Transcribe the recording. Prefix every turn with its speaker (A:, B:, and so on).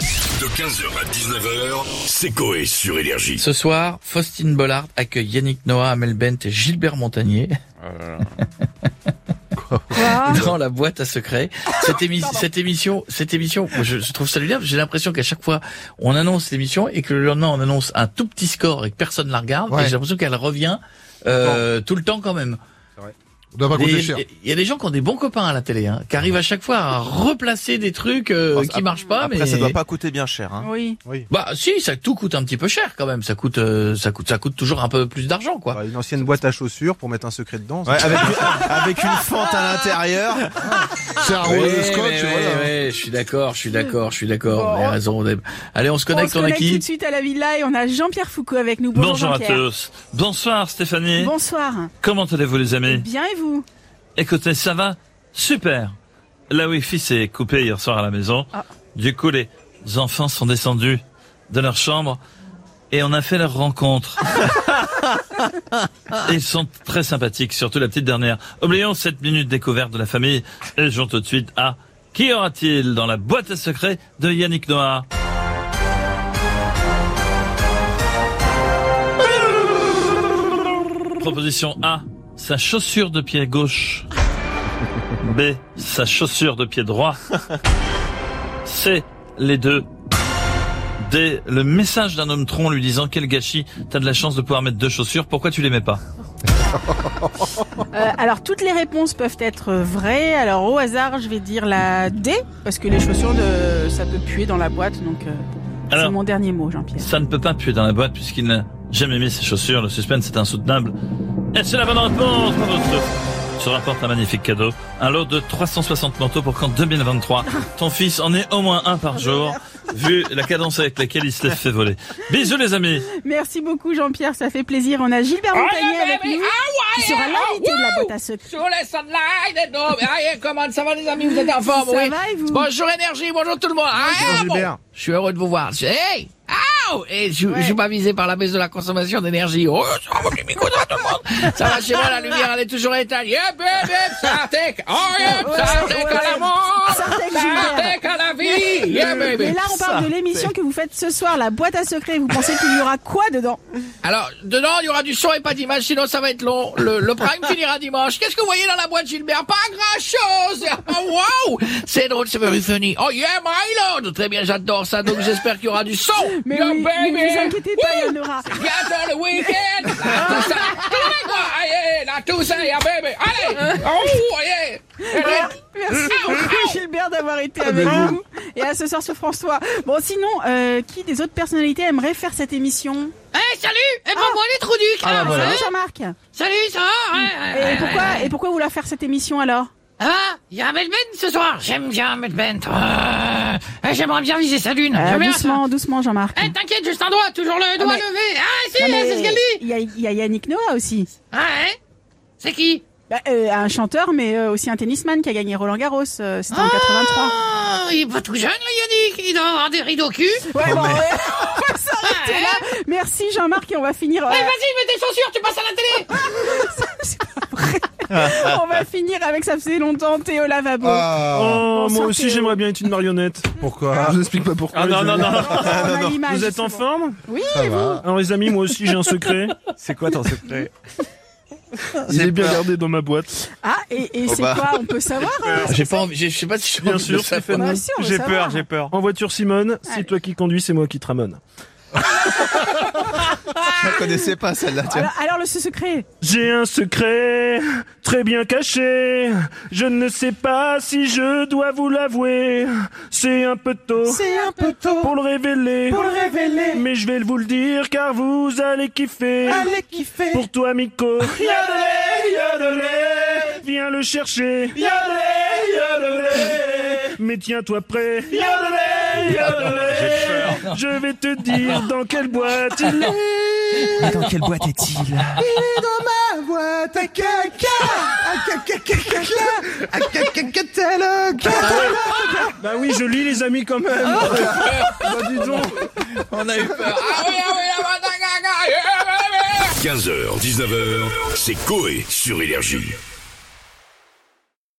A: De 15h à 19h, c'est Coé sur Énergie.
B: Ce soir, Faustine Bollard accueille Yannick Noah, Amel Bent et Gilbert Montagnier
C: Ah
B: dans la boîte à secrets. Cette, émi- cette émission, cette émission, je, je trouve ça lunaire. J'ai l'impression qu'à chaque fois, on annonce l'émission et que le lendemain, on annonce un tout petit score et que personne la regarde.
D: Ouais.
B: Et j'ai l'impression qu'elle revient euh, tout le temps quand même.
D: On doit pas
B: Des-
D: coûter cher.
B: Il y a des gens qui ont des bons copains à la télé, hein, qui arrivent à chaque fois à replacer des trucs euh,
C: Enfin,
B: qui marchent
E: Ah,
B: pas.
C: Après,
B: mais...
C: ça doit pas coûter bien cher. Hein.
F: Oui.
B: Bah si, ça tout coûte un petit peu cher quand même. Ça coûte, euh, ça coûte, ça coûte toujours un peu plus d'argent quoi.
E: Bah, une ancienne boîte à chaussures pour mettre un secret dedans. Ah,
C: Ouais, avec, avec une fente à l'intérieur.
D: C'est
G: Ah
D: un
B: Ouais,
D: rouleau de
B: mais
D: scotch,
B: ouais,
D: voilà.
B: ouais, je suis d'accord, je suis d'accord, je suis d'accord.
F: Bon.
B: Vous avez raison. on est- Allez, on se
F: On se
B: connecte, on, est
F: connecte tout
B: qui
F: de suite à la villa et on a Jean-Pierre Foucault avec nous. Bonjour,
H: Bonjour à
F: Jean-Pierre.
H: tous. Bonsoir Stéphanie.
F: Bonsoir.
H: Comment allez-vous les amis
F: Bien et vous
H: Écoutez, ça va super. La Wi-Fi s'est coupée hier soir à la maison.
F: Ah.
H: Du coup, les enfants sont descendus de leur chambre et on a fait leur rencontre. Ils sont très sympathiques, surtout la petite dernière. Oublions cette minute découverte de la famille et jouons tout de suite à Qui aura-t-il dans la boîte à secrets de Yannick Noah Proposition A, sa chaussure de pied gauche. B, sa chaussure de pied droit. C, les deux. D, le message d'un homme tronc lui disant quel gâchis, t'as de la chance de pouvoir mettre deux chaussures, pourquoi tu les mets pas
F: Euh, Alors, toutes les réponses peuvent être vraies. Alors, au hasard, je vais dire la D, parce que les chaussures, de... ça peut puer dans la boîte. Donc, euh, c'est
H: Alors,
F: mon dernier mot, Jean-Pierre.
H: ça ne peut pas puer dans la boîte puisqu'il n'a jamais mis ses chaussures, le suspense est insoutenable. Et c'est la bonne réponse pour votre- se rapporte un magnifique cadeau, un lot de 360 manteaux pour qu'en 2023, ton fils en ait au moins un par jour, vu la cadence avec laquelle il se les fait voler. Bisous les amis
F: Merci beaucoup, Jean-Pierre. Ça fait plaisir. On a Gilbert Montagnier avec nous, qui sera l'invité de la boîte à secrets.
G: Sur les sunlight et dômes. Aïe, comment ça va les amis, vous êtes en forme,
F: Ça
G: oui
F: va et vous
G: Bonjour énergie, bonjour tout le monde. Ah, bon.
E: Gilbert.
G: Je suis heureux de vous voir. Je- Hey Ow Et je,
F: Ouais.
G: je suis pas visé par la baisse de la consommation d'énergie. Oh, ça va, les micros, ça va, tout le monde. Ça va chez moi, la lumière, elle est toujours éteinte. Yeah, baby, Sartek. Oh, yeah, Sartek
F: ouais.
G: à l'amour.
F: Sartek,
G: Sartek à la vie. Yeah,
F: Mais
G: baby.
F: Euh, là, on parle de l'émission que vous faites ce soir, la boîte à secrets. Vous pensez qu'il y aura quoi dedans
G: Alors, dedans, il y aura du son et pas d'image, sinon ça va être long. Le, le prime finira dimanche. Qu'est-ce que vous voyez dans la boîte, Gilbert Pas grand-chose Oh, wow C'est drôle, c'est very funny. Oh yeah, my lord Très bien, j'adore ça, donc j'espère qu'il y aura du son
F: Mais
G: Yo,
F: oui,
G: baby
F: ne vous inquiétez pas, il y en
G: Woo
F: aura.
G: J'adore le week-end La Toussaint
F: Ah.
G: Aïe, aïe, la Toussaint, yeah, baby Allez
F: Ah.
G: Oh, yeah
F: Voilà. Ah, Merci beaucoup Gilbert d'avoir été
G: Ah,
F: avec nous et à ce soir sur François. Bon sinon, euh, qui des autres personnalités aimerait faire cette émission
I: Eh, salut Eh, ben, moi, les trous du cul,
F: ah,
I: alors,
F: voilà.
I: salut.
F: Jean-Marc. Et
I: Salut, ça va Ouais, ouais, ouais, ouais,
F: pourquoi
I: ouais.
F: et pourquoi vouloir faire cette émission alors
I: Ah, bah, il y a un Melbent ce soir J'aime bien un Melbent. Euh, eh, J'aimerais bien viser sa lune.
F: Euh,
I: J'aime bien ça.
F: Doucement, doucement Jean-Marc.
I: Eh, t'inquiète, juste un doigt, toujours le doigt
F: mais-
I: levé. Ah, si,
F: Non, mais
I: c'est ce qu'elle dit
F: Il y, a- il y a Yannick Noah aussi.
I: Ah, eh C'est qui
F: Bah, euh, un chanteur, mais euh, aussi un tennisman qui a gagné Roland Garros. euh, C'était en 83.
I: Oh, il est pas tout jeune, le Yannick. Il doit avoir des rideaux cul.
J: Oh
F: Ouais, bon, ouais.
I: Ah, eh.
F: Merci Jean-Marc et on va finir. euh,
I: Eh, vas-y, mets tes chaussures, tu passes à la télé
J: Ah.
F: on va finir avec ça faisait longtemps Théo Lavabo.
D: Ah,
J: Oh, moi
F: sortez-
J: aussi j'aimerais bien être une marionnette.
D: pourquoi Je n'explique pas pourquoi.
J: Ah non, non, non.
F: Oh, on a l'image,
J: Vous êtes en
F: c'est bon.
J: forme
F: Oui,
D: Ça va.
J: Alors les amis, moi aussi j'ai un secret.
C: C'est quoi ton secret
J: Il est bien gardé dans ma boîte.
F: Ah, et, et
C: Oh
F: c'est
C: bah.
F: quoi On peut savoir hein,
B: J'ai pas envie, j'ai- je sais pas si je
J: Bien sûr,
B: ça
J: Stéphane.
F: Bah, si, on veut
C: J'ai
F: savoir.
C: peur, j'ai peur.
J: En voiture Simone, c'est
F: Allez.
J: toi qui conduis, c'est moi qui te ramène.
C: Je la connaissais pas celle-là, tiens.
F: Alors, alors, le ce secret
J: J'ai un secret très bien caché. Je ne sais pas si je dois vous l'avouer. C'est un peu tôt.
F: C'est un peu tôt
J: Pour le révéler, mais je vais vous le dire car vous allez kiffer.
F: Allez kiffer
J: Pour toi, Miko. Yodelé, yodelé. Viens le chercher. Yodelé, yodelé. Mais tiens-toi prêt. Yodelé, yodelé. Je vais te dire dans quelle boîte il est.
C: Dans quelle boîte est-il
J: Bah oui, je lis les amis quand même. bah dis donc.
B: On a eu peur.
G: Ah oui, ah oui, la boîte à gaga Yeah, baby
A: 15h, 19h, c'est Coé sur Énergie.